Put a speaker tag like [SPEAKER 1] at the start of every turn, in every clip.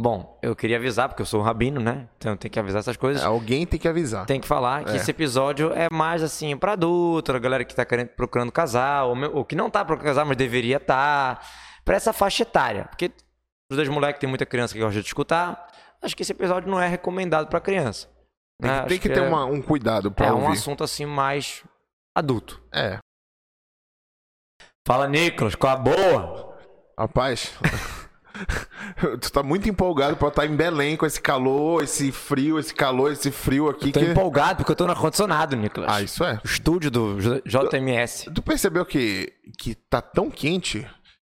[SPEAKER 1] Bom, eu queria avisar, porque eu sou um rabino, né? Então tem que avisar essas coisas.
[SPEAKER 2] Alguém tem que avisar.
[SPEAKER 1] Tem que falar que esse episódio é mais assim pra adulto, a galera que tá querendo, procurando casar, ou, meu- ou que não tá procurando casar, mas deveria estar. Tá, pra essa faixa etária. Porque os dois moleques tem muita criança que gosta de escutar. Acho que esse episódio não é recomendado pra criança.
[SPEAKER 2] Tem
[SPEAKER 1] né?
[SPEAKER 2] que, tem
[SPEAKER 1] Acho
[SPEAKER 2] que ter
[SPEAKER 1] é-
[SPEAKER 2] uma- um cuidado pra
[SPEAKER 1] É
[SPEAKER 2] ouvir.
[SPEAKER 1] um assunto assim mais adulto.
[SPEAKER 2] É.
[SPEAKER 1] Fala, Nicolas, com a boa!
[SPEAKER 2] Rapaz, tu tá muito empolgado pra estar em Belém com esse calor, esse frio, esse calor, esse frio aqui.
[SPEAKER 1] Tô
[SPEAKER 2] que...
[SPEAKER 1] empolgado porque eu tô no ar-condicionado, Nicolas.
[SPEAKER 2] Ah, isso é.
[SPEAKER 1] O estúdio do J- JMS.
[SPEAKER 2] Tu percebeu que, que tá tão quente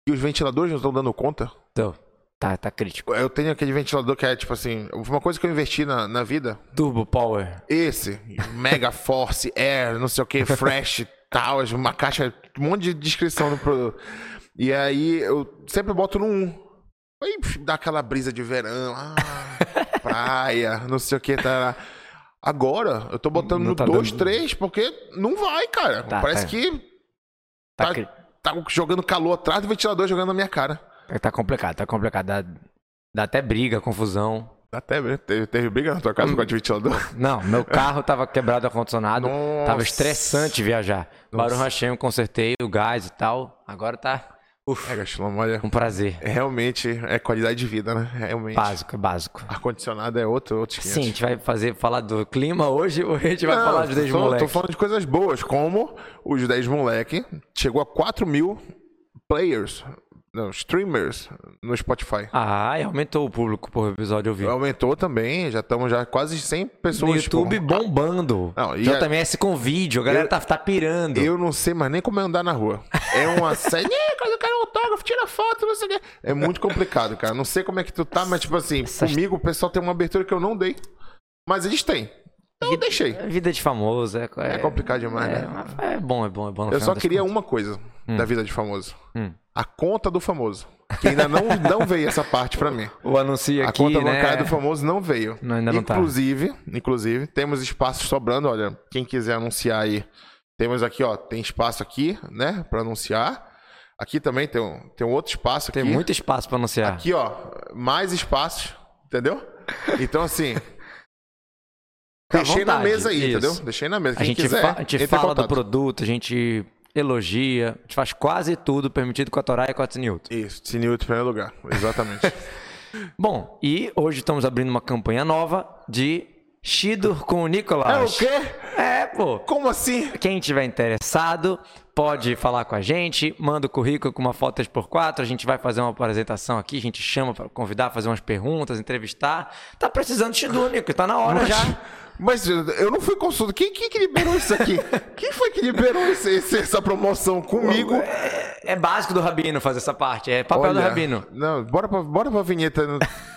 [SPEAKER 2] que os ventiladores não estão dando conta?
[SPEAKER 1] Então, tá, tá crítico.
[SPEAKER 2] Eu tenho aquele ventilador que é tipo assim, uma coisa que eu investi na, na vida.
[SPEAKER 1] Turbo Power.
[SPEAKER 2] Esse, Mega Force, Air, não sei o que, Fresh, tal, uma caixa, um monte de descrição no produto. E aí eu sempre boto no 1. Aí pf, dá aquela brisa de verão, ah, praia, não sei o que, tá. Agora eu tô botando
[SPEAKER 1] Não
[SPEAKER 2] no
[SPEAKER 1] tá
[SPEAKER 2] 2,
[SPEAKER 1] dando.
[SPEAKER 2] 3, porque não vai, cara.
[SPEAKER 1] Tá,
[SPEAKER 2] Parece
[SPEAKER 1] tá.
[SPEAKER 2] que
[SPEAKER 1] Tá,
[SPEAKER 2] Tá-
[SPEAKER 1] cri-
[SPEAKER 2] tá jogando calor atrás do ventilador jogando na minha cara.
[SPEAKER 1] tá complicado, tá complicado. Dá, dá até briga, confusão.
[SPEAKER 2] Até né? teve, teve briga na tua casa com o ventilador.
[SPEAKER 1] Não, meu carro tava quebrado ar-condicionado.
[SPEAKER 2] Nossa.
[SPEAKER 1] Tava estressante viajar.
[SPEAKER 2] Nossa.
[SPEAKER 1] Barulho rachei, um consertei o gás e tal. Agora tá
[SPEAKER 2] É, Gastilão, olha.
[SPEAKER 1] um prazer.
[SPEAKER 2] Realmente é qualidade de vida, né? Realmente.
[SPEAKER 1] Básico, é básico.
[SPEAKER 2] Ar-condicionado é outro, outro
[SPEAKER 1] Sim, a
[SPEAKER 2] 500.
[SPEAKER 1] gente vai fazer, falar do clima hoje ou a gente vai
[SPEAKER 2] Não,
[SPEAKER 1] falar dos 10
[SPEAKER 2] tô,
[SPEAKER 1] moleques?
[SPEAKER 2] tô falando de coisas boas, como os 10 moleque chegou a 4 mil players, não, streamers no Spotify.
[SPEAKER 1] Ah, e aumentou o público por episódio eu vi.
[SPEAKER 2] Aumentou também, já estamos já quase 100
[SPEAKER 1] No
[SPEAKER 2] pessoas.
[SPEAKER 1] YouTube
[SPEAKER 2] tipo,
[SPEAKER 1] bombando.
[SPEAKER 2] Não, e a-
[SPEAKER 1] JMS com vídeo, a galera
[SPEAKER 2] Eu-
[SPEAKER 1] tá, tá pirando.
[SPEAKER 2] Eu não sei mais nem como é andar na rua. É uma série. Nicolas, eu quero um autógrafo, tira foto, não sei o quê. É muito complicado, cara. Não sei como é que tu tá, mas, tipo assim,
[SPEAKER 1] Essas-
[SPEAKER 2] comigo o pessoal tem uma abertura que eu não dei. Mas eles têm. Então eu deixei.
[SPEAKER 1] A Vida de famoso é,
[SPEAKER 2] É complicado demais,
[SPEAKER 1] é,
[SPEAKER 2] né?
[SPEAKER 1] mas é bom, é bom, é bom. no
[SPEAKER 2] Eu
[SPEAKER 1] final
[SPEAKER 2] só
[SPEAKER 1] das
[SPEAKER 2] queria
[SPEAKER 1] contas.
[SPEAKER 2] uma coisa da vida de famoso:
[SPEAKER 1] Hum.
[SPEAKER 2] a conta do famoso. Que ainda não, não veio essa parte pra mim.
[SPEAKER 1] O anuncio
[SPEAKER 2] A
[SPEAKER 1] aqui,
[SPEAKER 2] conta
[SPEAKER 1] né?
[SPEAKER 2] bancária do famoso não veio.
[SPEAKER 1] Não, ainda não tá.
[SPEAKER 2] inclusive, inclusive, temos espaço sobrando. Olha, quem quiser anunciar aí, temos aqui, ó, tem espaço aqui, né, Pra anunciar. Aqui também tem um, tem um outro espaço
[SPEAKER 1] Tem
[SPEAKER 2] aqui.
[SPEAKER 1] muito espaço pra anunciar.
[SPEAKER 2] Aqui, ó, mais espaços, entendeu? Então, assim.
[SPEAKER 1] Fica Tá à
[SPEAKER 2] deixei na
[SPEAKER 1] vontade,
[SPEAKER 2] mesa aí,
[SPEAKER 1] isso.
[SPEAKER 2] entendeu? Deixei na mesa.
[SPEAKER 1] a
[SPEAKER 2] Quem
[SPEAKER 1] gente,
[SPEAKER 2] quiser,
[SPEAKER 1] fa- a gente
[SPEAKER 2] entra em
[SPEAKER 1] fala do
[SPEAKER 2] contato.
[SPEAKER 1] produto, a gente elogia, a gente faz quase tudo permitido com a Torá e com a Newton.
[SPEAKER 2] Isso, Sinil em primeiro lugar, exatamente.
[SPEAKER 1] Bom, e hoje estamos abrindo uma campanha nova de Shidur com o Nicolas.
[SPEAKER 2] quê?
[SPEAKER 1] É, pô.
[SPEAKER 2] Como assim?
[SPEAKER 1] Quem tiver interessado, pode falar com a gente, manda o currículo com uma foto 3x4, a gente vai fazer uma apresentação aqui, a gente chama para convidar, fazer umas perguntas, entrevistar. Tá precisando de Shidur, Nico, tá na hora já.
[SPEAKER 2] Mas eu não fui consultado. Quem, quem que liberou isso aqui? quem foi que liberou esse- esse- essa promoção comigo?
[SPEAKER 1] É básico do Rabino fazer essa parte, é papel do
[SPEAKER 2] Olha,
[SPEAKER 1] Rabino.
[SPEAKER 2] Não, bora pra, bora pra vinheta.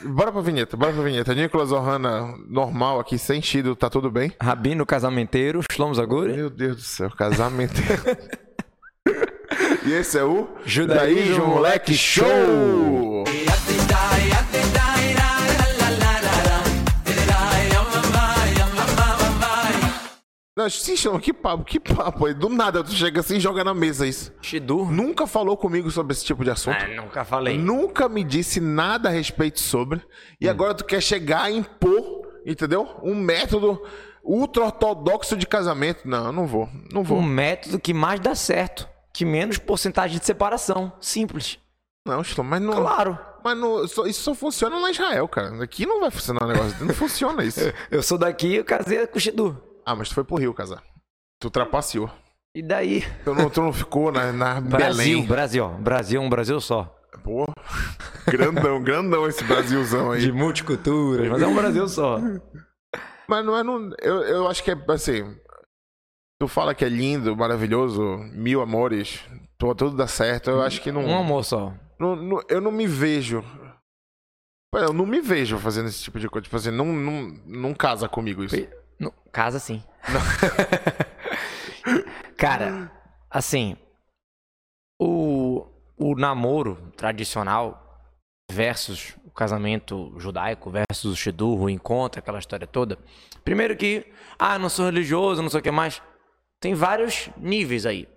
[SPEAKER 2] bora pra vinheta, bora pra vinheta. Nicolas Ohana, normal aqui, sem chido, tá tudo bem?
[SPEAKER 1] Rabino casamenteiro, Shlomo Zaguri.
[SPEAKER 2] Meu Deus do céu, casamento. e esse é o
[SPEAKER 1] Judaísmo Moleque Show!
[SPEAKER 2] Não, se chama, que papo, que papo aí. Do nada tu chega assim e joga na mesa isso.
[SPEAKER 1] Shidur?
[SPEAKER 2] Nunca falou comigo sobre esse tipo de assunto.
[SPEAKER 1] Ah, nunca falei.
[SPEAKER 2] Nunca me disse nada a respeito sobre.
[SPEAKER 1] Hum.
[SPEAKER 2] E agora tu quer chegar e impor, entendeu? Um método ultra-ortodoxo de casamento. Não, eu não vou. Não vou.
[SPEAKER 1] Um método que mais dá certo, que menos porcentagem de separação. Simples.
[SPEAKER 2] Não, Chilão, mas não.
[SPEAKER 1] Claro.
[SPEAKER 2] Mas não- só- isso só funciona na Israel, cara. Aqui não vai funcionar o negócio. Não funciona isso.
[SPEAKER 1] Eu sou daqui eu casei com o Shidur.
[SPEAKER 2] Ah, mas tu foi pro Rio casar. Tu trapaceou.
[SPEAKER 1] E daí?
[SPEAKER 2] Tu não, tu não ficou na, na
[SPEAKER 1] Brasil,
[SPEAKER 2] Belém.
[SPEAKER 1] Brasil, ó. Brasil é um Brasil só.
[SPEAKER 2] Pô, grandão, grandão esse Brasilzão aí.
[SPEAKER 1] De multiculturas, mas é um Brasil só.
[SPEAKER 2] Mas não é. Não, eu, eu acho que é assim. Tu fala que é lindo, maravilhoso, mil amores, tu- tudo dá certo. Eu acho que não.
[SPEAKER 1] Um amor só.
[SPEAKER 2] não- não- eu não me vejo. Eu não me vejo fazendo esse tipo de coisa. Tipo assim, não, não, não casa comigo isso.
[SPEAKER 1] Pe- Não, casa sim. Cara, assim, o, o namoro tradicional versus o casamento judaico versus o shidur, o encontro, aquela história toda. Primeiro que, ah, não sou religioso, não sei o que mais. Tem vários níveis aí.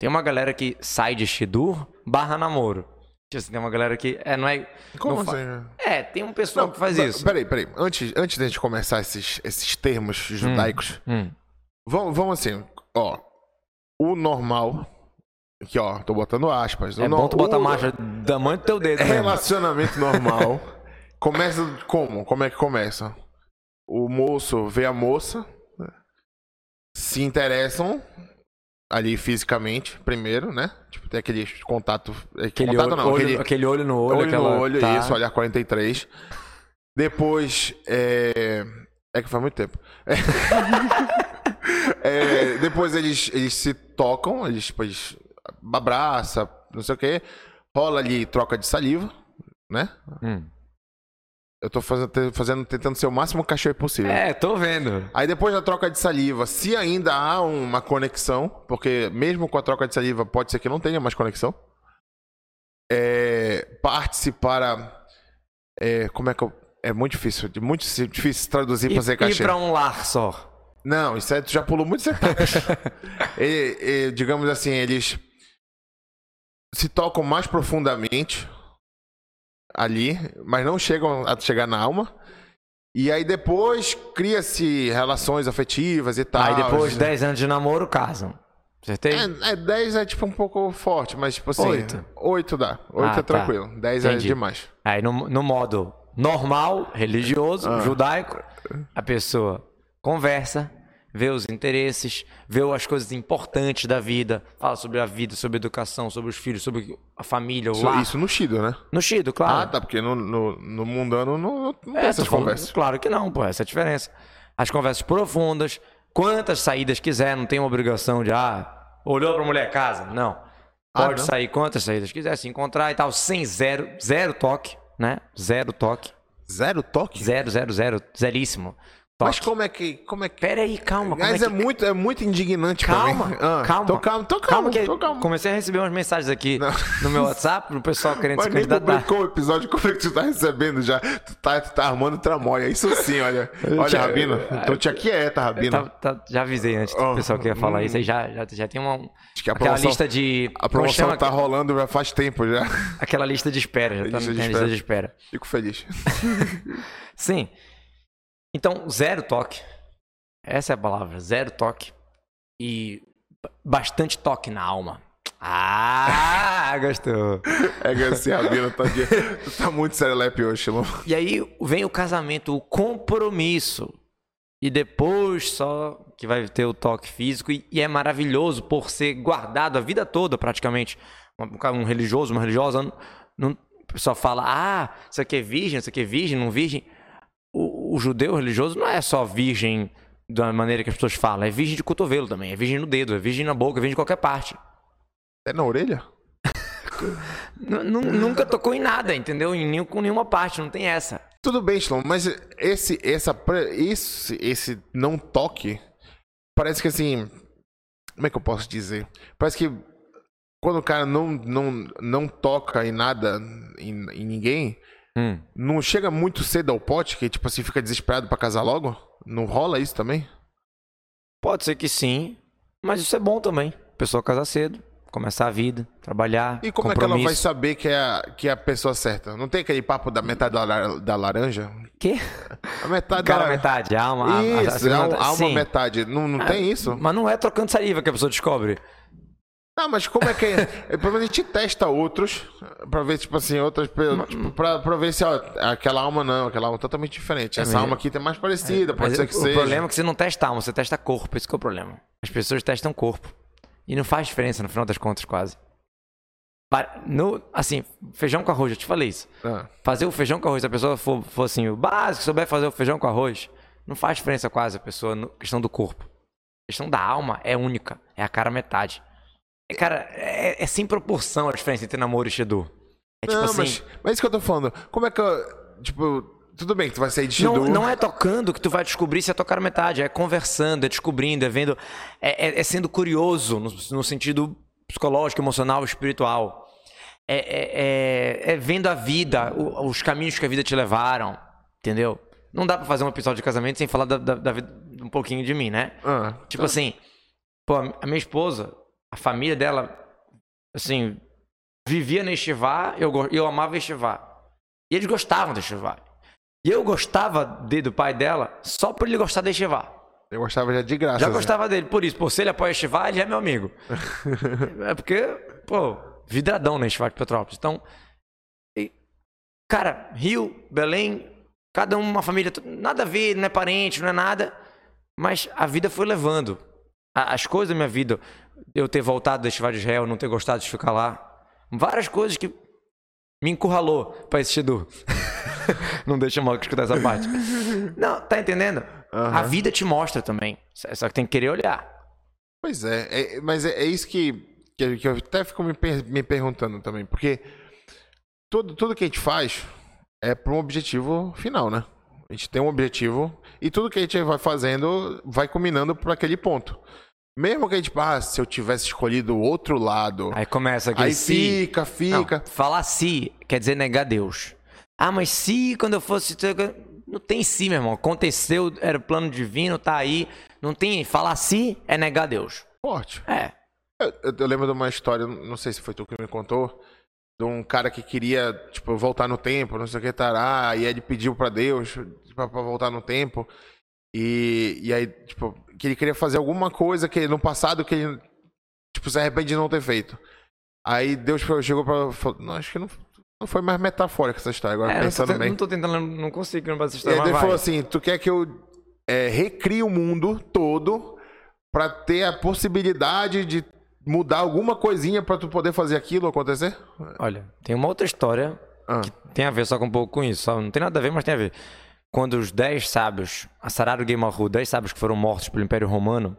[SPEAKER 1] Tem uma galera que sai de shidur barra namoro. Tipo assim, tem uma galera que. É, não é.
[SPEAKER 2] Como
[SPEAKER 1] não fa-
[SPEAKER 2] assim? né?
[SPEAKER 1] É, tem um pessoal que faz
[SPEAKER 2] Não,
[SPEAKER 1] isso.
[SPEAKER 2] Peraí, peraí. Antes, antes da gente começar esses, esses termos judaicos,
[SPEAKER 1] Hum.
[SPEAKER 2] vamos, vamos assim, ó. O normal. Aqui, ó, tô botando aspas. o
[SPEAKER 1] É
[SPEAKER 2] no-
[SPEAKER 1] bom tu botar a
[SPEAKER 2] o
[SPEAKER 1] marcha da mãe do teu dedo,
[SPEAKER 2] É,
[SPEAKER 1] mesmo.
[SPEAKER 2] Relacionamento normal. começa como? Como é que começa? O moço vê a moça. né? Se interessam ali fisicamente, primeiro, né? Tipo, tem aquele contato. é,
[SPEAKER 1] Aquele,
[SPEAKER 2] contato
[SPEAKER 1] olho,
[SPEAKER 2] não,
[SPEAKER 1] olho-
[SPEAKER 2] aquele,
[SPEAKER 1] aquele olho no olho.
[SPEAKER 2] olho
[SPEAKER 1] aquela...
[SPEAKER 2] no olho,
[SPEAKER 1] tá.
[SPEAKER 2] isso, olhar 43. Depois, é... É que faz muito tempo. É, depois eles, eles se tocam, eles, tipo, eles abraça, não sei o quê. Rola ali troca de saliva, né?
[SPEAKER 1] Hum.
[SPEAKER 2] Eu tô fazendo, te- fazendo- tentando ser o máximo cachorro possível.
[SPEAKER 1] É, tô vendo.
[SPEAKER 2] Aí depois da troca de saliva, se ainda há uma conexão, porque mesmo com a troca de saliva pode ser que não tenha mais conexão, é, parte-se para. é, como é que eu. É muito difícil, de- muito si- difícil traduzir para ser
[SPEAKER 1] E, e
[SPEAKER 2] cachê.
[SPEAKER 1] pra um lar só.
[SPEAKER 2] Não, isso aí tu já pulou muitas etapas. E- e, digamos assim, eles se tocam mais profundamente ali, mas não chegam a chegar na alma. E aí depois cria-se relações afetivas e tal.
[SPEAKER 1] Aí depois de 10 anos de namoro, casam. Acertei?
[SPEAKER 2] Tá, É, é, 10 é tipo um pouco forte, mas tipo assim.
[SPEAKER 1] Oito.
[SPEAKER 2] 8 dá. 8
[SPEAKER 1] Ah,
[SPEAKER 2] é
[SPEAKER 1] tá.
[SPEAKER 2] tranquilo. 10 é
[SPEAKER 1] Entendi.
[SPEAKER 2] demais.
[SPEAKER 1] Aí no, no modo normal, religioso,
[SPEAKER 2] Ah.
[SPEAKER 1] judaico, a pessoa conversa, vê os interesses, vê as coisas importantes da vida, fala sobre a vida, sobre a educação, sobre os filhos, sobre a família, o
[SPEAKER 2] Isso,
[SPEAKER 1] lar.
[SPEAKER 2] isso no Shido, né?
[SPEAKER 1] No Shido,
[SPEAKER 2] Ah,
[SPEAKER 1] claro.
[SPEAKER 2] tá, porque no, no, no mundano não, não tem
[SPEAKER 1] É,
[SPEAKER 2] essas
[SPEAKER 1] tô falando-
[SPEAKER 2] conversas.
[SPEAKER 1] Claro que não, pô, essa é a diferença. As conversas profundas, quantas saídas quiser, não tem uma obrigação de, ah, olhou pra mulher casa. Não.
[SPEAKER 2] Ah,
[SPEAKER 1] Pode
[SPEAKER 2] não?
[SPEAKER 1] sair quantas saídas quiser, se encontrar e tal, sem zero, zero toque, né? Zero toque.
[SPEAKER 2] Zero toque?
[SPEAKER 1] Zero, zero, zero, zeríssimo.
[SPEAKER 2] Mas
[SPEAKER 1] Toque.
[SPEAKER 2] como é que. Como é que...
[SPEAKER 1] Pera aí, calma. como
[SPEAKER 2] Mas
[SPEAKER 1] é
[SPEAKER 2] é,
[SPEAKER 1] que-
[SPEAKER 2] muito, é muito indignante pra
[SPEAKER 1] Calma,
[SPEAKER 2] mim. Ah,
[SPEAKER 1] calma.
[SPEAKER 2] Tô calmo, tô
[SPEAKER 1] Calma
[SPEAKER 2] calmo,
[SPEAKER 1] que
[SPEAKER 2] tô calmo.
[SPEAKER 1] comecei a receber umas mensagens aqui no meu WhatsApp, do pessoal querendo se
[SPEAKER 2] Mas nem
[SPEAKER 1] candidatar.
[SPEAKER 2] publicou o episódio, como é que tu tá recebendo já? Tu tá, tu tá armando tramóia, isso sim, olha. Olha,
[SPEAKER 1] tinha-
[SPEAKER 2] Rabino, então te aquieta, Rabino.
[SPEAKER 1] é, Tá- tá- já avisei antes do
[SPEAKER 2] né? Oh,
[SPEAKER 1] pessoal que ia falar isso, aí já, já, já tem um, uma,
[SPEAKER 2] Acho que a
[SPEAKER 1] aquela
[SPEAKER 2] promoção-
[SPEAKER 1] lista de...
[SPEAKER 2] A
[SPEAKER 1] como
[SPEAKER 2] promoção
[SPEAKER 1] chama?
[SPEAKER 2] tá rolando já faz tempo já.
[SPEAKER 1] Aquela lista de espera, já tá
[SPEAKER 2] Lista
[SPEAKER 1] na
[SPEAKER 2] de
[SPEAKER 1] lista de espera.
[SPEAKER 2] Fico feliz.
[SPEAKER 1] Sim. Então, zero toque. Essa é a palavra, zero toque. E ba- bastante toque na alma. Ah, gostou.
[SPEAKER 2] É que esse Rabino tá, de... tu tá muito serelepe hoje, Shilon.
[SPEAKER 1] E aí vem o casamento, o compromisso. E depois só que vai ter o toque físico. E, e é maravilhoso por ser guardado a vida toda, praticamente. Um, um religioso, uma religiosa, não, não- o pessoal fala: ah, isso aqui é virgem, isso aqui é virgem, não virgem. O, o judeu religioso não é só virgem da maneira que as pessoas falam, é virgem de cotovelo também, é virgem no dedo, é virgem na boca, é virgem de qualquer parte.
[SPEAKER 2] É na orelha?
[SPEAKER 1] Nu- nu- nunca tocou em nada, entendeu? Em nenhum, com nenhuma parte, não tem essa.
[SPEAKER 2] Tudo bem, Shilon, mas esse, essa, pre- esse, esse não toque parece que assim. Como é que eu posso dizer? Parece que quando o cara não, não, não toca em nada, em, em ninguém,
[SPEAKER 1] Hum.
[SPEAKER 2] não chega muito cedo ao pote, que tipo assim, fica desesperado pra casar logo? Não rola isso também?
[SPEAKER 1] Pode ser que sim, mas isso é bom também. A pessoa casar cedo, começar a vida, trabalhar.
[SPEAKER 2] E como é que ela vai
[SPEAKER 1] compromisso.
[SPEAKER 2] saber que é, a, que é a pessoa certa? Não tem aquele papo da metade da, lar- da laranja?
[SPEAKER 1] Quê?
[SPEAKER 2] A metade
[SPEAKER 1] Cara,
[SPEAKER 2] É da laranja.
[SPEAKER 1] metade, alma. a- a- a
[SPEAKER 2] Isso, há,
[SPEAKER 1] segunda-
[SPEAKER 2] um- há uma
[SPEAKER 1] sim,
[SPEAKER 2] metade. Não, não tem isso?
[SPEAKER 1] Mas não é trocando saliva que a pessoa descobre.
[SPEAKER 2] Não, mas como é que. é, Pelo menos a gente testa outros pra ver, tipo assim, outras. pe- Tipo, pra, pra ver se ó, aquela alma não, aquela alma é totalmente diferente. Essa
[SPEAKER 1] mas-
[SPEAKER 2] alma aqui tem mais parecida, pode
[SPEAKER 1] Mas
[SPEAKER 2] ser
[SPEAKER 1] o-
[SPEAKER 2] que
[SPEAKER 1] o
[SPEAKER 2] seja.
[SPEAKER 1] problema é que você não testa alma, você testa corpo. Esse que é o problema. As pessoas testam corpo. E não faz diferença no final das contas, quase. Pa- No, assim, feijão com arroz, eu te falei isso.
[SPEAKER 2] Ah,
[SPEAKER 1] Fazer o feijão com arroz, se a pessoa for, for assim, o básico, souber fazer o feijão com arroz, não faz diferença quase a pessoa, no, questão do corpo. A questão da alma é única, é a cara metade. É, cara, é, é sem proporção a diferença entre namoro e Shedu. É tipo
[SPEAKER 2] não,
[SPEAKER 1] assim,
[SPEAKER 2] mas, mas isso que eu tô falando. Como é que eu. Tipo, tudo bem que tu vai sair de
[SPEAKER 1] não,
[SPEAKER 2] Shidu.
[SPEAKER 1] não é tocando que tu vai descobrir se é tocar metade, é conversando, é descobrindo, é vendo, é, é- é sendo curioso no, no sentido psicológico, emocional, espiritual. É, é- é- é vendo a vida, o- os caminhos que a vida te levaram, entendeu? Não dá pra fazer um episódio de casamento sem falar da, da- da vida- um pouquinho de mim, né?
[SPEAKER 2] Ah,
[SPEAKER 1] Tipo assim, pô, a minha esposa, a família dela, assim, vivia na Estivá, eu, go- eu amava Estivá. E eles gostavam da Estivá. E eu gostava de, do pai dela só por ele gostar da Estivá.
[SPEAKER 2] Eu gostava já de graça.
[SPEAKER 1] Já
[SPEAKER 2] assim.
[SPEAKER 1] gostava dele, por isso. Pô, se ele apoia Estivá, ele já é meu amigo. é porque, pô, vidradão na Estivá de Petrópolis. Então, e- cara, Rio, Belém, cada um uma família, tu- nada a ver, não é parente, não é nada. Mas a vida foi levando. A- As coisas da minha vida, eu ter voltado da Estivá de Israel, não ter gostado de ficar lá. Várias coisas que me encurralou pra esse Edu. não deixa mal que escutar essa parte. Não, tá entendendo? A vida te mostra também. Só só que tem que querer olhar.
[SPEAKER 2] Pois é, é- mas é, é isso que, que, que eu até fico me, per- me perguntando também, porque tudo, tudo que a gente faz é para um objetivo final, né? A gente tem um objetivo e tudo que a gente vai fazendo vai combinando para aquele ponto. Mesmo que a gente, ah, se eu tivesse escolhido o outro lado,
[SPEAKER 1] Aí começa aquele
[SPEAKER 2] aí
[SPEAKER 1] se.
[SPEAKER 2] fica,
[SPEAKER 1] Não,
[SPEAKER 2] fica.
[SPEAKER 1] falar se quer dizer negar Deus. Ah, mas se quando eu fosse. Não tem se, meu irmão. Aconteceu, era o plano divino, tá aí. Não tem. Falar se é negar Deus.
[SPEAKER 2] Forte.
[SPEAKER 1] É.
[SPEAKER 2] Eu, eu- eu lembro de uma história, não sei se foi tu que me contou, de um cara que queria, tipo, voltar no tempo, não sei o que, tará, e aí ele pediu pra Deus tipo, pra, pra voltar no tempo. E, e aí, tipo, que ele queria fazer alguma coisa que ele- no passado que ele, tipo, se arrepende de não ter feito. Aí Deus foi- chegou pra. Falou, não, acho que não, não foi mais metafórica essa história, agora
[SPEAKER 1] É, não, tô,
[SPEAKER 2] pensando
[SPEAKER 1] tentando-
[SPEAKER 2] bem.
[SPEAKER 1] não tô tentando, lembrar- não consigo lembrar dessa
[SPEAKER 2] E aí
[SPEAKER 1] história.
[SPEAKER 2] ele
[SPEAKER 1] Mas vai.
[SPEAKER 2] falou assim: tu quer que eu é, recrie o mundo todo pra ter a possibilidade de mudar alguma coisinha pra tu poder fazer aquilo acontecer?
[SPEAKER 1] Olha, tem uma outra história
[SPEAKER 2] É. Ah,
[SPEAKER 1] tem a ver só com um pouco com isso. só Não tem nada a ver, mas tem a ver. Quando os 10 sábios, Assararo Gemahu, 10 sábios que foram mortos pelo Império Romano,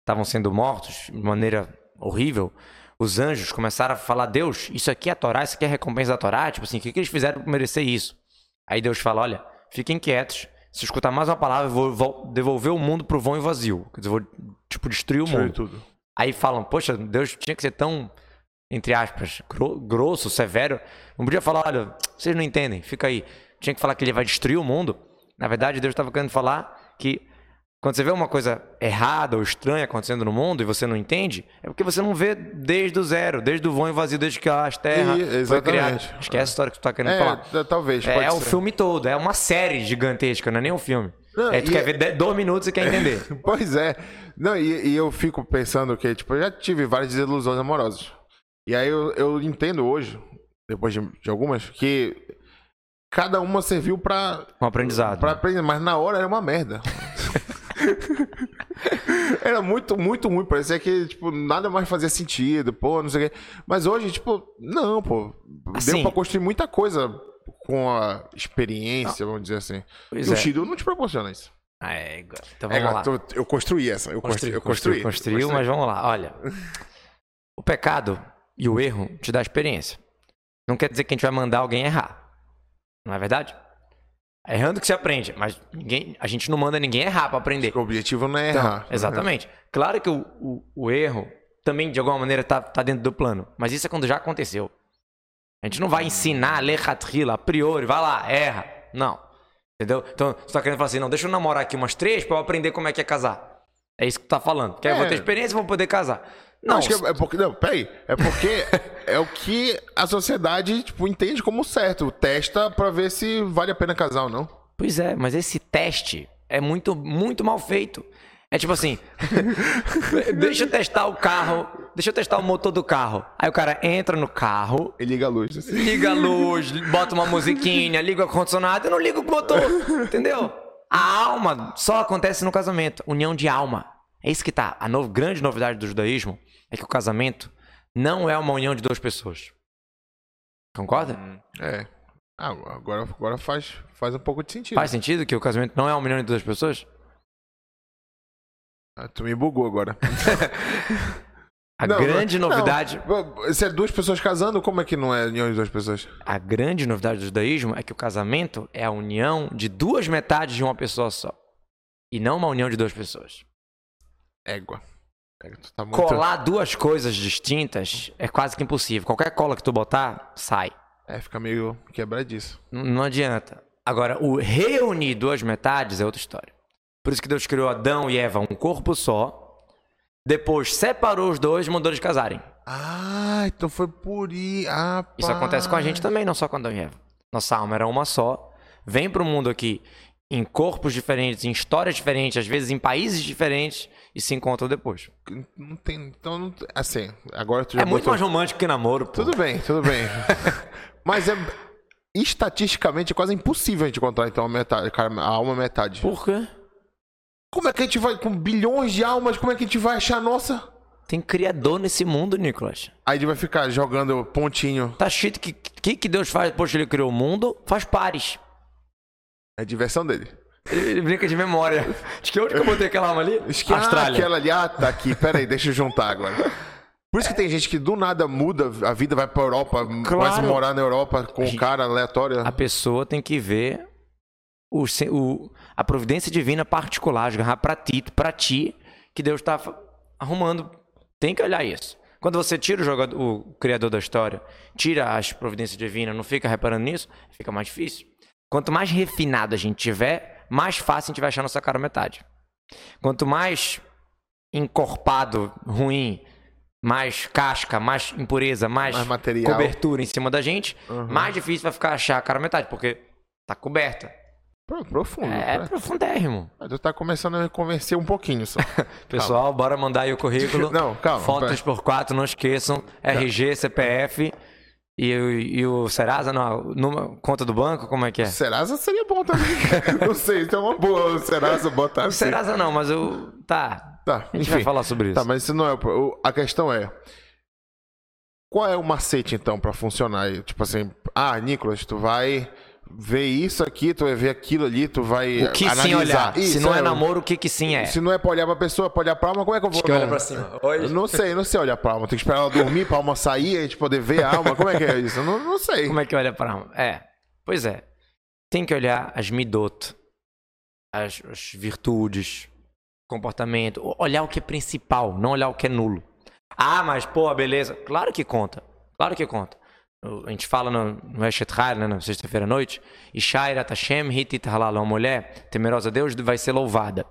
[SPEAKER 1] estavam sendo mortos de maneira horrível, os anjos começaram a falar: Deus, isso aqui é a Torá, isso aqui é a recompensa da Torá. Tipo assim, o que, que eles fizeram para merecer isso? Aí Deus fala: Olha, fiquem quietos. Se escutar mais uma palavra, eu vou, vou devolver o mundo pro vão e vazio. Quer dizer, eu vou, tipo, destruir o
[SPEAKER 2] Destruir
[SPEAKER 1] mundo.
[SPEAKER 2] tudo.
[SPEAKER 1] Aí falam, poxa, Deus tinha que ser tão, entre aspas, gro- grosso, severo. Não podia falar, olha, vocês não entendem, fica aí. Tinha que falar que ele vai destruir o mundo. Na verdade, Deus estava querendo falar que quando você vê uma coisa errada ou estranha acontecendo no mundo e você não entende, é porque você não vê desde o zero, desde o vão e vazio, desde que as terras
[SPEAKER 2] E-
[SPEAKER 1] foi criada.
[SPEAKER 2] exatamente.
[SPEAKER 1] Esquece a história que tu tá querendo
[SPEAKER 2] É,
[SPEAKER 1] falar.
[SPEAKER 2] t- talvez.
[SPEAKER 1] É,
[SPEAKER 2] pode
[SPEAKER 1] é o
[SPEAKER 2] ser.
[SPEAKER 1] filme todo, é uma série gigantesca, não é nem um filme.
[SPEAKER 2] Não,
[SPEAKER 1] é, tu
[SPEAKER 2] e
[SPEAKER 1] quer
[SPEAKER 2] é-
[SPEAKER 1] ver de- dois minutos e quer entender.
[SPEAKER 2] Pois é. Não, e, e eu fico pensando que, tipo, eu já tive várias desilusões amorosas. E aí eu, eu entendo hoje, depois de, de algumas, que cada uma serviu pra
[SPEAKER 1] Um aprendizado.
[SPEAKER 2] Pra aprender, mas na hora era uma merda. era muito, muito ruim. Parecia que, tipo, nada mais fazia sentido, pô, não sei o quê. Mas hoje, tipo, não, pô.
[SPEAKER 1] Assim.
[SPEAKER 2] Deu pra construir muita coisa com a experiência, vamos dizer assim.
[SPEAKER 1] Pois
[SPEAKER 2] e
[SPEAKER 1] é.
[SPEAKER 2] o Shido não te proporciona isso.
[SPEAKER 1] Ah, é, então vamos
[SPEAKER 2] É,
[SPEAKER 1] lá.
[SPEAKER 2] eu, tô- eu construí essa. Eu construí. eu construí.
[SPEAKER 1] construiu,
[SPEAKER 2] Construí.
[SPEAKER 1] mas vamos lá. Olha, o pecado e o erro te dá experiência. Não quer dizer que a gente vai mandar alguém errar. Não é verdade? É errando que se aprende, mas ninguém, a gente não manda ninguém errar pra aprender.
[SPEAKER 2] O objetivo não é errar.
[SPEAKER 1] Então, Exatamente.
[SPEAKER 2] Uhum.
[SPEAKER 1] Claro que o, o- o erro também, de alguma maneira, tá, tá dentro do plano. Mas isso é quando já aconteceu. A gente não vai ensinar lechatrila a priori, vai lá, erra. Não. Entendeu? Então, você tá querendo falar assim, não, deixa eu namorar aqui umas três pra eu aprender como é que é casar. É isso que tu tá falando. Quer, eu vou
[SPEAKER 2] É.
[SPEAKER 1] ter experiência, vou poder casar.
[SPEAKER 2] Não,
[SPEAKER 1] Não,
[SPEAKER 2] acho que é, é porque. Não, peraí. É porque é o que a sociedade, tipo, entende como certo. Testa pra ver se vale a pena casar ou não.
[SPEAKER 1] Pois é, mas esse teste é muito, muito mal feito. É tipo assim, deixa eu testar o carro, deixa eu testar o motor do carro. Aí o cara entra no carro,
[SPEAKER 2] E liga a luz. Assim.
[SPEAKER 1] liga a luz, bota uma musiquinha, liga o ar-condicionado, eu não ligo o motor, entendeu? A alma só acontece no casamento, união de alma. É isso que tá. A no- grande novidade do judaísmo é que o casamento não é uma união de duas pessoas. Concorda?
[SPEAKER 2] É. Ah, agora, agora faz, faz um pouco de sentido.
[SPEAKER 1] Faz sentido que o casamento não é uma união de duas pessoas?
[SPEAKER 2] Ah, tu me bugou agora.
[SPEAKER 1] A
[SPEAKER 2] Não, é.
[SPEAKER 1] grande
[SPEAKER 2] não.
[SPEAKER 1] novidade,
[SPEAKER 2] Se é duas pessoas casando, como é que não é união de duas pessoas?
[SPEAKER 1] a grande novidade do judaísmo é que o casamento é a união de duas metades de uma pessoa só. E não uma união de duas pessoas.
[SPEAKER 2] Égua. Égua, tu tá muito...
[SPEAKER 1] Colar duas coisas distintas é quase que impossível. Qualquer cola que tu botar, sai.
[SPEAKER 2] É, fica meio quebradiço.
[SPEAKER 1] N- Não adianta. Agora, o reunir duas metades é outra história. Por isso que Deus criou Adão e Eva um corpo só. Depois separou os dois e mandou eles casarem.
[SPEAKER 2] Ah, então foi por ir. Ah,
[SPEAKER 1] Isso
[SPEAKER 2] pá.
[SPEAKER 1] acontece com a gente também, não só com Adão e Eva. Nossa alma era uma só. Vem pro mundo aqui em corpos diferentes, em histórias diferentes, às vezes em países diferentes e se encontram depois.
[SPEAKER 2] Não tem, então, não tem- assim, agora tu já
[SPEAKER 1] É muito
[SPEAKER 2] botou-
[SPEAKER 1] mais romântico que namoro, pô.
[SPEAKER 2] Tudo bem, tudo bem. Mas é estatisticamente é quase impossível a gente encontrar então a metade, cara, a alma metade.
[SPEAKER 1] Por quê?
[SPEAKER 2] Como é que a gente vai com bilhões de almas? Como é que a gente vai achar a nossa?
[SPEAKER 1] Tem criador nesse mundo, Nicolas.
[SPEAKER 2] Aí a gente vai ficar jogando pontinho.
[SPEAKER 1] Tá escrito que que, que Deus faz depois que ele criou o mundo? Faz pares.
[SPEAKER 2] É a diversão dele.
[SPEAKER 1] Ele, ele brinca de memória. Acho que onde que eu botei aquela alma ali?
[SPEAKER 2] Acho que- ah, aquela ali, ah, tá aqui. Pera aí, deixa eu juntar agora. Por isso que tem gente que do nada muda a vida, vai pra Europa, começa a morar na Europa com um cara aleatório.
[SPEAKER 1] A pessoa tem que ver o, se- o- a providência divina particular, agarrar pra ti, pra ti, que Deus tá fa- arrumando. Tem que olhar isso. Quando você tira o, jogador, o criador da história, tira as providências divinas, não fica reparando nisso, fica mais difícil. Quanto mais refinado a gente tiver, mais fácil a gente vai achar nossa cara metade. Quanto mais encorpado, ruim, mais casca, mais impureza, mais,
[SPEAKER 2] Mais material. Uhum.
[SPEAKER 1] cobertura em cima da gente, mais difícil vai ficar achar a cara metade, porque tá coberta.
[SPEAKER 2] Pro- Profundo.
[SPEAKER 1] É
[SPEAKER 2] cara.
[SPEAKER 1] profundérrimo.
[SPEAKER 2] Tu tá começando a me convencer um pouquinho só.
[SPEAKER 1] Pessoal, bora mandar aí o currículo.
[SPEAKER 2] Não, calma, Tá.
[SPEAKER 1] Fotos por quatro, não esqueçam. RG, CPF e, o- e o Serasa, não, numa conta do banco, como é que é?
[SPEAKER 2] Serasa seria bom também. não sei, então é uma boa o Serasa botar assim.
[SPEAKER 1] Serasa não, mas eu. Tá.
[SPEAKER 2] Tá,
[SPEAKER 1] A gente
[SPEAKER 2] enfim.
[SPEAKER 1] vai falar sobre isso.
[SPEAKER 2] Tá, mas isso não é. o pro- o- A questão é. Qual é o macete, então, pra funcionar? aí? Tipo assim, ah, Nicolas, tu vai ver isso aqui, tu vai ver aquilo ali, tu vai.
[SPEAKER 1] o que
[SPEAKER 2] analisar.
[SPEAKER 1] sim olhar?
[SPEAKER 2] Isso,
[SPEAKER 1] Se não é, namoro, o que que sim é?
[SPEAKER 2] Se não é pra olhar pra pessoa, é pra olhar pra alma, como é que eu vou.
[SPEAKER 1] que olha
[SPEAKER 2] não?
[SPEAKER 1] pra cima. Oi.
[SPEAKER 2] Eu não sei, não sei olhar pra alma. Tem que esperar ela dormir pra alma sair, a gente poder ver a alma. Como é que é isso? Eu não, não sei.
[SPEAKER 1] Como é que olha pra alma? É. Pois é. Tem que olhar as midot, as, as virtudes, comportamento, o- olhar o que é principal, não olhar o que é nulo. Ah, mas pô, beleza. Claro que conta. Claro que conta. O- A gente fala no, no Eshet Har, né, na sexta-feira à noite, Ishaira Tashem Hitit Halal, uma mulher temerosa a Deus vai ser louvada.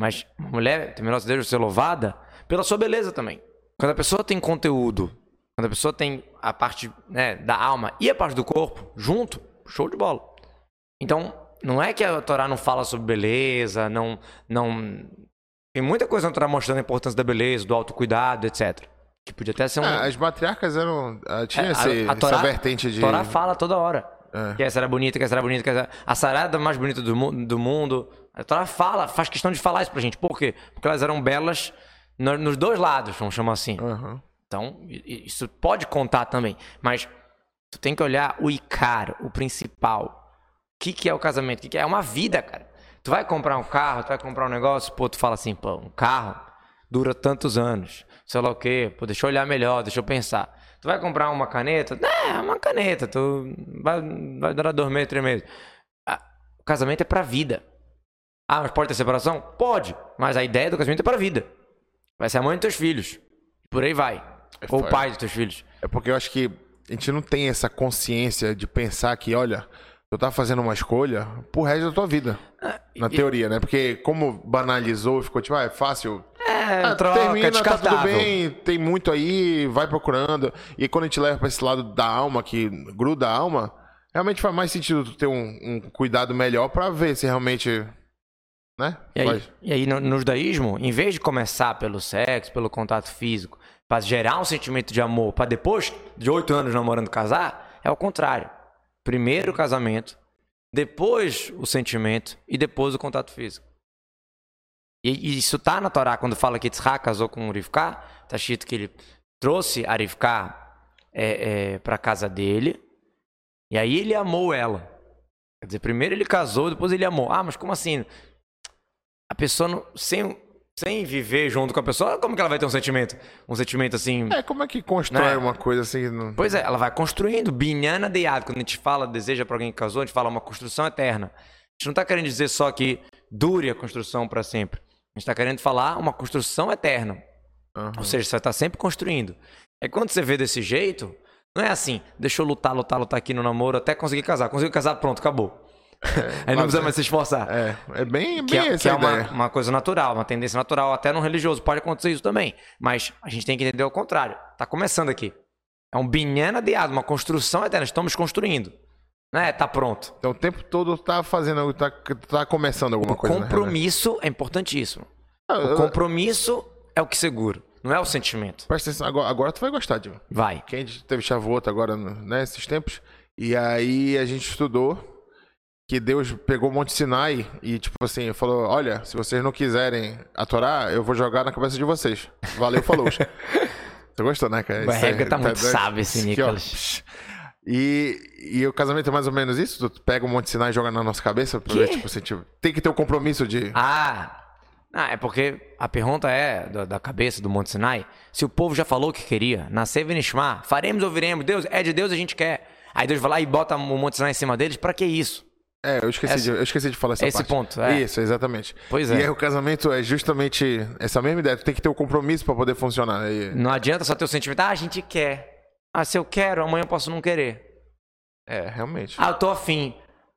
[SPEAKER 1] Mas uma mulher temerosa a Deus vai ser louvada pela sua beleza também. Quando a pessoa tem conteúdo, quando a pessoa tem a parte né, da alma e a parte do corpo junto, show de bola. Então, não é que a Torá não fala sobre beleza, não. não tem muita coisa na Torá mostrando a importância da beleza, do autocuidado, etc. Que podia até ser um.
[SPEAKER 2] Ah, as matriarcas eram. ah, Tinha
[SPEAKER 1] É,
[SPEAKER 2] esse-
[SPEAKER 1] a- a Torá-
[SPEAKER 2] essa vertente de.
[SPEAKER 1] Torá fala toda hora.
[SPEAKER 2] É.
[SPEAKER 1] Que essa era bonita, que essa era bonita, que essa... A sarada mais bonita do, mu- do mundo. A Torá fala, faz questão de falar isso pra gente. Por quê? Porque elas eram belas no- nos dois lados, vamos chamar assim.
[SPEAKER 2] Aham.
[SPEAKER 1] Então, i- i- isso pode contar também. Mas tu tem que olhar o Icar, o principal. O que, que é o casamento? O que, que é? É uma vida, cara. Tu vai comprar um carro, tu vai comprar um negócio, pô, tu fala assim, pô, um carro dura tantos anos. Sei lá o quê, pô, deixa eu olhar melhor, deixa eu pensar. Tu vai comprar uma caneta? É, uma caneta, tu vai, vai durar dois meses, três meses. Ah, o casamento é pra vida. Ah, mas pode ter separação? Pode, mas a ideia do casamento é pra vida. Vai ser a mãe dos teus filhos. Por aí vai. Ou o
[SPEAKER 2] foda.
[SPEAKER 1] pai dos teus filhos.
[SPEAKER 2] É porque eu acho que a gente não tem essa consciência de pensar que, olha, tu tá fazendo uma escolha pro resto da tua vida.
[SPEAKER 1] Ah,
[SPEAKER 2] Na teoria, né? Porque como banalizou, ficou tipo, ah, é fácil.
[SPEAKER 1] É,
[SPEAKER 2] Ah,
[SPEAKER 1] troca,
[SPEAKER 2] tá
[SPEAKER 1] descartável.
[SPEAKER 2] tudo bem, tem muito aí, vai procurando. E quando a gente leva pra esse lado da alma, que gruda a alma, realmente faz mais sentido tu ter um, um cuidado melhor pra ver se realmente. Né?
[SPEAKER 1] E aí,
[SPEAKER 2] Faz.
[SPEAKER 1] e aí no, no judaísmo, em vez de começar pelo sexo, pelo contato físico, pra gerar um sentimento de amor, pra depois de oito anos namorando casar, é o contrário. Primeiro o casamento, depois o sentimento e depois o contato físico. E, e isso tá na Torá, quando fala que Tzra casou com Arifká, tá escrito que ele trouxe Arifká é, é, pra casa dele, e aí ele amou ela. Quer dizer, primeiro ele casou, depois ele amou. Ah, mas como assim? a pessoa não- sem, sem viver junto com a pessoa, como que ela vai ter um sentimento? Um sentimento assim.
[SPEAKER 2] É, como é que constrói
[SPEAKER 1] Né?
[SPEAKER 2] uma coisa assim? não-
[SPEAKER 1] Pois é, ela vai construindo, binhana de yad. Quando a gente fala, deseja pra alguém que casou, a gente fala uma construção eterna. A gente não tá querendo dizer só que dure a construção pra sempre. A gente tá querendo falar uma construção eterna.
[SPEAKER 2] Aham.
[SPEAKER 1] Ou seja, você vai estar sempre construindo. É quando você vê desse jeito, não é assim, deixa eu lutar, lutar, lutar aqui no namoro até conseguir casar. Conseguiu casar, pronto, acabou. Aí não precisa mais se esforçar.
[SPEAKER 2] É, é bem,
[SPEAKER 1] Que
[SPEAKER 2] bem
[SPEAKER 1] é, que
[SPEAKER 2] essa
[SPEAKER 1] é
[SPEAKER 2] a
[SPEAKER 1] uma,
[SPEAKER 2] ideia.
[SPEAKER 1] uma coisa natural, uma tendência natural, até no religioso. Pode acontecer isso também. Mas a gente tem que entender o contrário. Tá começando aqui. É um binhana de asa, uma construção eterna. Estamos construindo. Não é? Tá pronto.
[SPEAKER 2] Então o tempo todo tá fazendo, algo, tá, tá começando alguma
[SPEAKER 1] o
[SPEAKER 2] coisa. né,
[SPEAKER 1] compromisso é importantíssimo.
[SPEAKER 2] Renan? Ah,
[SPEAKER 1] O
[SPEAKER 2] eu-
[SPEAKER 1] compromisso é o que segura, não é o sentimento.
[SPEAKER 2] Presta atenção, agora, agora tu vai gostar, Diego.
[SPEAKER 1] Vai.
[SPEAKER 2] Quem teve chavoto agora, né, esses tempos. E aí a gente estudou que Deus pegou o Monte Sinai e, tipo assim, falou: Olha, se vocês não quiserem atorar, eu vou jogar na cabeça de vocês. Valeu, falou. Você gostou, né, cara?
[SPEAKER 1] O Barrega
[SPEAKER 2] aí-
[SPEAKER 1] tá muito sábio esse
[SPEAKER 2] Aqui, ó.
[SPEAKER 1] Nicolas.
[SPEAKER 2] E, e o casamento é mais ou menos isso? Tu pega o Monte Sinai e joga na nossa cabeça? Pra ver, tipo assim, tipo, tem que ter o compromisso de.
[SPEAKER 1] Ah, ah, é porque a pergunta é da, da cabeça do Monte Sinai. Se o povo já falou o que queria, nascer Vinishmar, faremos, ouviremos, Deus, é de Deus a gente quer. Aí Deus vai lá e bota o Monte Sinai em cima deles, pra que isso?
[SPEAKER 2] É, eu esqueci,
[SPEAKER 1] Essa-
[SPEAKER 2] de, eu esqueci de falar essa
[SPEAKER 1] esse
[SPEAKER 2] parte.
[SPEAKER 1] ponto, é.
[SPEAKER 2] Isso, exatamente.
[SPEAKER 1] Pois
[SPEAKER 2] E
[SPEAKER 1] é.
[SPEAKER 2] aí o casamento é justamente essa mesma ideia. Tu tem que ter o compromisso pra poder funcionar. né? E-
[SPEAKER 1] Não adianta só ter o sentimento, ah, a gente quer. Ah, se eu quero, amanhã eu posso não querer.
[SPEAKER 2] É, realmente.
[SPEAKER 1] Ah, eu tô afim.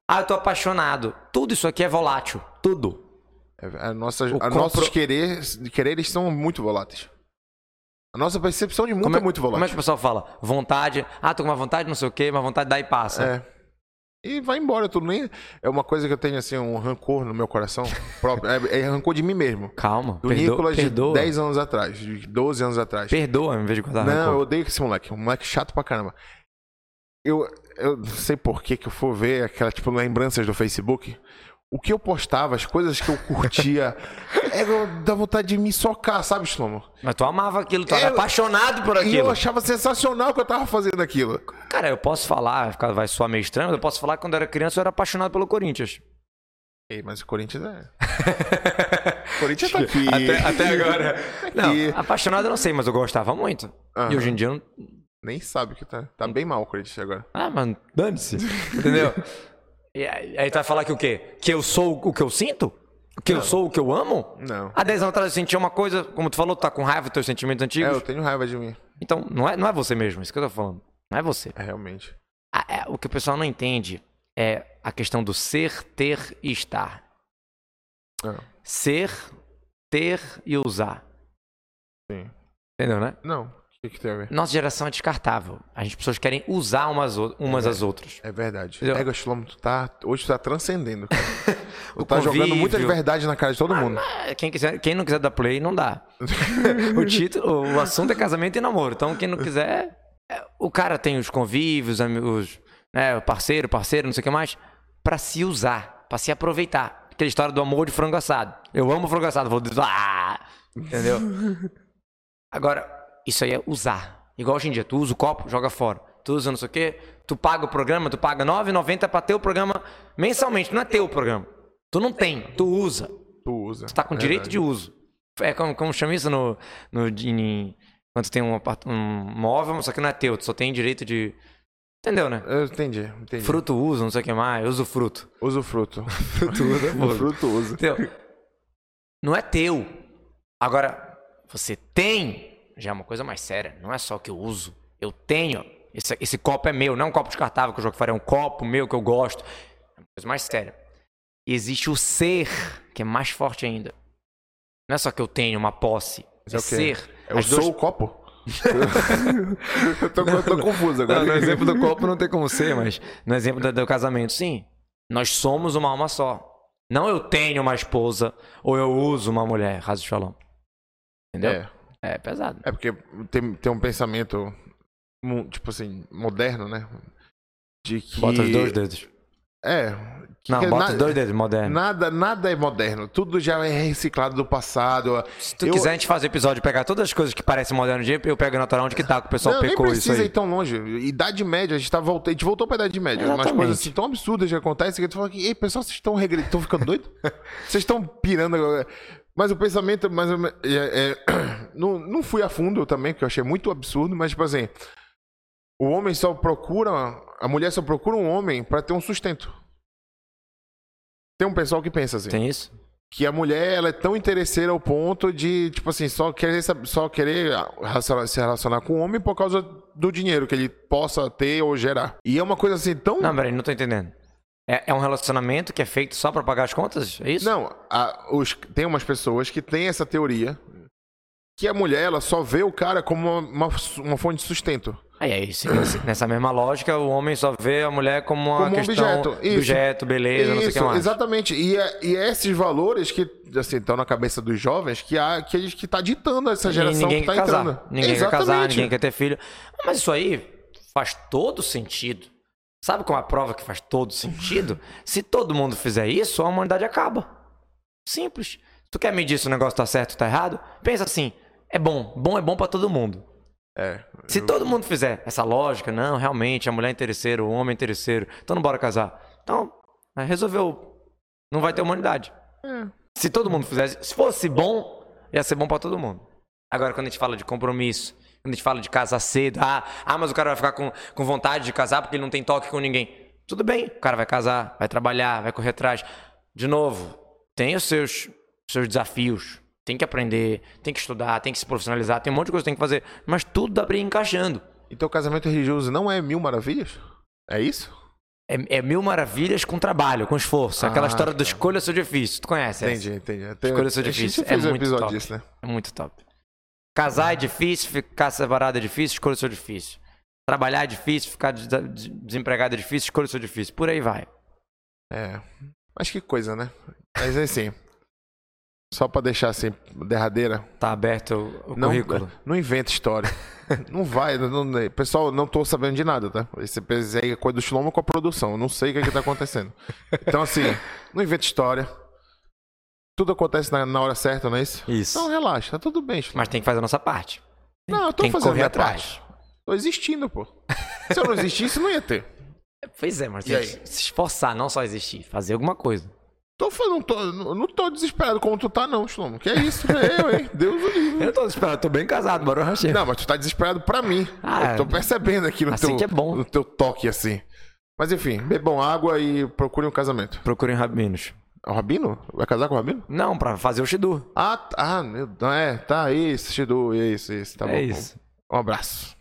[SPEAKER 1] Ah, eu tô apaixonado. Tudo isso aqui é volátil. Tudo.
[SPEAKER 2] É, A nossa, a
[SPEAKER 1] compro-
[SPEAKER 2] Nossos quereres, quereres são muito voláteis. A nossa percepção de mundo é, muito
[SPEAKER 1] Como é que
[SPEAKER 2] volátil.
[SPEAKER 1] o pessoal fala? Vontade. Ah, tô com uma vontade, não sei o quê, mas vontade dá e passa.
[SPEAKER 2] É. E vai embora, tudo nem. É uma coisa que eu tenho, assim, um rancor no meu coração próprio. É, é rancor de mim mesmo.
[SPEAKER 1] Calma.
[SPEAKER 2] Do
[SPEAKER 1] perdoa,
[SPEAKER 2] Nicolas
[SPEAKER 1] perdoa.
[SPEAKER 2] de 10 anos atrás, de 12 anos atrás.
[SPEAKER 1] Perdoa em vez de guardar
[SPEAKER 2] Não, eu
[SPEAKER 1] rancor.
[SPEAKER 2] odeio esse moleque. Um moleque chato pra caramba. Eu, eu não sei por que que eu for ver aquelas, tipo, lembranças do Facebook. O que eu postava, as coisas que eu curtia, era da vontade de me socar, sabe, Shlomo?
[SPEAKER 1] Mas tu amava aquilo, tu era
[SPEAKER 2] Eu-
[SPEAKER 1] apaixonado por
[SPEAKER 2] E eu
[SPEAKER 1] aquilo.
[SPEAKER 2] achava sensacional que eu tava fazendo aquilo.
[SPEAKER 1] Cara, eu posso falar, fica- vai soar meio estranho, mas eu posso falar que quando eu era criança eu era apaixonado pelo Corinthians.
[SPEAKER 2] Ei, mas o Corinthians é. o Corinthians tá aqui. Tá
[SPEAKER 1] Até, até agora. Não,
[SPEAKER 2] E-
[SPEAKER 1] apaixonado eu não sei, mas eu gostava muito.
[SPEAKER 2] Aham.
[SPEAKER 1] E hoje em dia eu não.
[SPEAKER 2] Nem sabe que tá. Tá bem mal o Corinthians agora.
[SPEAKER 1] Ah, mano, dane-se. Entendeu? E aí, aí tu vai falar que o quê? Que eu sou o que eu sinto? Que eu sou o que eu amo?
[SPEAKER 2] Não.
[SPEAKER 1] Há 10 anos atrás eu sentia uma coisa, como tu falou, tu tá com raiva dos teus sentimentos
[SPEAKER 2] É,
[SPEAKER 1] antigos.
[SPEAKER 2] eu tenho raiva de mim.
[SPEAKER 1] Então, não é, não é você mesmo, isso que eu tô falando. Não é você.
[SPEAKER 2] É, realmente.
[SPEAKER 1] Ah, é, o que o pessoal não entende é a questão do ser, ter e estar.
[SPEAKER 2] Não.
[SPEAKER 1] Ser, ter e usar.
[SPEAKER 2] Sim.
[SPEAKER 1] Entendeu, né?
[SPEAKER 2] Não. O que, que tem a ver?
[SPEAKER 1] Nossa geração é descartável. A gente, as pessoas querem usar umas, o- umas às outras.
[SPEAKER 2] É verdade.
[SPEAKER 1] Entendeu?
[SPEAKER 2] Ego Shlomo, tu tá. Hoje tu tá transcendendo, cara.
[SPEAKER 1] O
[SPEAKER 2] tu tá jogando muitas
[SPEAKER 1] convívio.
[SPEAKER 2] verdades na cara de todo mundo.
[SPEAKER 1] Ah, Quem, quiser, quem não quiser dar play, não dá. o título, o assunto é casamento e namoro. Então, quem não quiser. é, O cara tem os convívios, ami- os, né, o parceiro, parceiro, não sei o que mais, pra se usar, pra se aproveitar. Aquela história do amor de frango assado. Eu amo frango assado, vou dizer. "Ah!" Entendeu? Agora, isso aí é usar. Igual hoje em dia, tu usa o copo, joga fora. Tu usa não sei o quê, tu paga o programa, tu paga R$ 9,90 pra ter o programa mensalmente, não é teu o programa. Tu não tem, tu usa.
[SPEAKER 2] Tu usa. Tu
[SPEAKER 1] Tá com direito de uso. É como, como chama isso no, no, em- quando tu tem um, apart- um móvel, só que não é teu, tu só tem direito de. Entendeu, né?
[SPEAKER 2] Eu entendi, entendi.
[SPEAKER 1] Fruto uso, não sei o que mais, uso fruto.
[SPEAKER 2] Usa o fruto.
[SPEAKER 1] Fruto usa,
[SPEAKER 2] fruto usa.
[SPEAKER 1] Entendeu? Então, Não é teu. Agora, você tem, já é uma coisa mais séria, não é só o que eu uso. Eu tenho. Esse, esse copo é meu, não é um copo descartável que eu jogo fora, é um copo meu que eu gosto. É uma coisa mais séria. E existe o ser, que é mais forte ainda. Não é só que eu tenho uma posse. É,
[SPEAKER 2] Isso é o quê?
[SPEAKER 1] ser.
[SPEAKER 2] Eu
[SPEAKER 1] As
[SPEAKER 2] sou
[SPEAKER 1] duas-
[SPEAKER 2] o copo? eu tô, eu tô confuso agora.
[SPEAKER 1] Não, é no exemplo do copo não tem como ser, mas no exemplo do, do casamento, sim. Nós somos uma alma só. Não eu tenho uma esposa ou eu uso uma mulher, Raso Shalom. Entendeu?
[SPEAKER 2] É,
[SPEAKER 1] É, pesado.
[SPEAKER 2] é porque tem, tem um pensamento, mu- tipo assim, moderno, né? De que.
[SPEAKER 1] Bota os dois dedos.
[SPEAKER 2] É. que-
[SPEAKER 1] Não,
[SPEAKER 2] que
[SPEAKER 1] bota
[SPEAKER 2] na-
[SPEAKER 1] os dois dedos, moderno.
[SPEAKER 2] Nada, nada é moderno. Tudo já é reciclado do passado.
[SPEAKER 1] Se tu
[SPEAKER 2] eu-
[SPEAKER 1] quiser, a gente faz o episódio, pegar todas as coisas que parecem moderno dia, eu pego natural onde que tá, que o pessoal
[SPEAKER 2] Não, nem
[SPEAKER 1] pecou isso
[SPEAKER 2] precisa
[SPEAKER 1] aí.
[SPEAKER 2] ir tão longe. Idade média, a gente, tá voltando, a gente voltou pra Idade Média. Umas
[SPEAKER 1] Exatamente.
[SPEAKER 2] coisas assim, tão absurdas que acontecem que tu fala que, ei, pessoal, vocês estão regre... tão ficando doido? vocês estão pirando agora. Mas o pensamento, mas eu- é- é- não, não fui a fundo também, porque eu achei muito absurdo, mas tipo assim, o homem só procura, a mulher só procura um homem pra ter um sustento. Tem um pessoal que pensa assim
[SPEAKER 1] Tem isso?
[SPEAKER 2] que a mulher ela é tão interesseira ao ponto de, tipo assim, só querer, sab- só querer relaciona- se relacionar com o homem por causa do dinheiro que ele possa ter ou gerar. E é uma coisa assim tão.
[SPEAKER 1] Não, peraí, não tô entendendo. É, é um relacionamento que é feito só pra pagar as contas? É isso?
[SPEAKER 2] Não, a- os- tem umas pessoas que têm essa teoria que a mulher ela só vê o cara como uma, uma, uma fonte de sustento.
[SPEAKER 1] Aí, aí, se- se- nessa mesma lógica, o homem só vê a mulher como uma
[SPEAKER 2] Como um
[SPEAKER 1] questão
[SPEAKER 2] objeto,
[SPEAKER 1] objeto,
[SPEAKER 2] isso.
[SPEAKER 1] objeto beleza, não sei o que
[SPEAKER 2] Isso,
[SPEAKER 1] mais.
[SPEAKER 2] exatamente. E, é- e é esses valores que assim, estão na cabeça dos jovens que, há, que, eles- que tá ditando essa
[SPEAKER 1] E
[SPEAKER 2] geração
[SPEAKER 1] ninguém
[SPEAKER 2] que tá
[SPEAKER 1] quer casar.
[SPEAKER 2] entrando.
[SPEAKER 1] Ninguém
[SPEAKER 2] Exatamente.
[SPEAKER 1] quer casar, ninguém quer ter filho. Mas isso aí faz todo sentido. Sabe qual é a prova que faz todo sentido? Se todo mundo fizer isso, a humanidade acaba. Simples. Tu quer medir se o negócio tá certo ou tá errado? Pensa assim, é bom. Bom é bom pra todo mundo.
[SPEAKER 2] É.
[SPEAKER 1] Se todo mundo fizer essa lógica, não, realmente, a mulher é interesseira, o homem é interesseiro, então não bora casar. Então, é, resolveu. Não vai ter humanidade. Se todo mundo fizesse, se fosse bom, ia ser bom pra todo mundo. Agora, quando a gente fala de compromisso, quando a gente fala de casar cedo, ah, ah mas o cara vai ficar com, com vontade de casar porque ele não tem toque com ninguém. Tudo bem, o cara vai casar, vai trabalhar, vai correr atrás. De novo, tem os seus, seus desafios. Tem que aprender, tem que estudar, tem que se profissionalizar, tem um monte de coisa que tem que fazer. Mas tudo dá pra ir encaixando.
[SPEAKER 2] Então o casamento religioso não é mil maravilhas? É isso?
[SPEAKER 1] É, é mil maravilhas com trabalho, com esforço. Aquela
[SPEAKER 2] Ah,
[SPEAKER 1] história do escolha seu difícil. Tu conhece essa?
[SPEAKER 2] Entendi, entendi. Tem,
[SPEAKER 1] Escolha seu
[SPEAKER 2] a gente
[SPEAKER 1] difícil,
[SPEAKER 2] já fez
[SPEAKER 1] é
[SPEAKER 2] um
[SPEAKER 1] muito
[SPEAKER 2] episódio
[SPEAKER 1] top.
[SPEAKER 2] disso, né?
[SPEAKER 1] É muito top. Casar é difícil, ficar separado é difícil, escolha o seu difícil. Trabalhar é difícil, ficar des- des- desempregado é difícil, escolha o seu difícil. Por aí vai.
[SPEAKER 2] É. Mas que coisa, né? Mas assim, só pra deixar assim, derradeira,
[SPEAKER 1] Tá aberto o, o
[SPEAKER 2] não,
[SPEAKER 1] currículo.
[SPEAKER 2] não inventa história. não vai, não- não- pessoal, não tô sabendo de nada, tá? Esse esse aí é coisa do Shlomo com a produção, eu não sei o que, é que tá acontecendo. Então assim, não inventa história. Tudo acontece na, na hora certa, não é isso?
[SPEAKER 1] Isso.
[SPEAKER 2] Então relaxa, tá tudo bem, Shlomo.
[SPEAKER 1] Mas tem que fazer a nossa parte. Tem-
[SPEAKER 2] Não, eu tô
[SPEAKER 1] tem que
[SPEAKER 2] fazendo a
[SPEAKER 1] correr
[SPEAKER 2] minha
[SPEAKER 1] atrás.
[SPEAKER 2] Tô existindo, pô. Se eu não existisse, não ia ter.
[SPEAKER 1] Pois é, mas
[SPEAKER 2] E
[SPEAKER 1] tem
[SPEAKER 2] aí?
[SPEAKER 1] que se esforçar, não só existir, fazer alguma coisa.
[SPEAKER 2] Tô falando, não tô, não tô desesperado como tu tá, não, Shlomo. Que é isso, velho, hein? Deus o livre.
[SPEAKER 1] Eu não tô desesperado, tô bem casado, Barão Rancheiro.
[SPEAKER 2] Não, mas tu tá desesperado pra mim.
[SPEAKER 1] Ah,
[SPEAKER 2] eu tô percebendo aqui no,
[SPEAKER 1] assim
[SPEAKER 2] teu,
[SPEAKER 1] que é bom.
[SPEAKER 2] no teu toque, assim. Mas enfim, bebam água e procurem um casamento.
[SPEAKER 1] Procurem rabinos.
[SPEAKER 2] É o Rabino? Vai casar com o Rabino?
[SPEAKER 1] Não, pra fazer o Shidu.
[SPEAKER 2] Ah, tá, ah, meu Deus. É, tá, isso, Shidu, isso, isso, tá
[SPEAKER 1] é
[SPEAKER 2] bom.
[SPEAKER 1] isso.
[SPEAKER 2] Um abraço.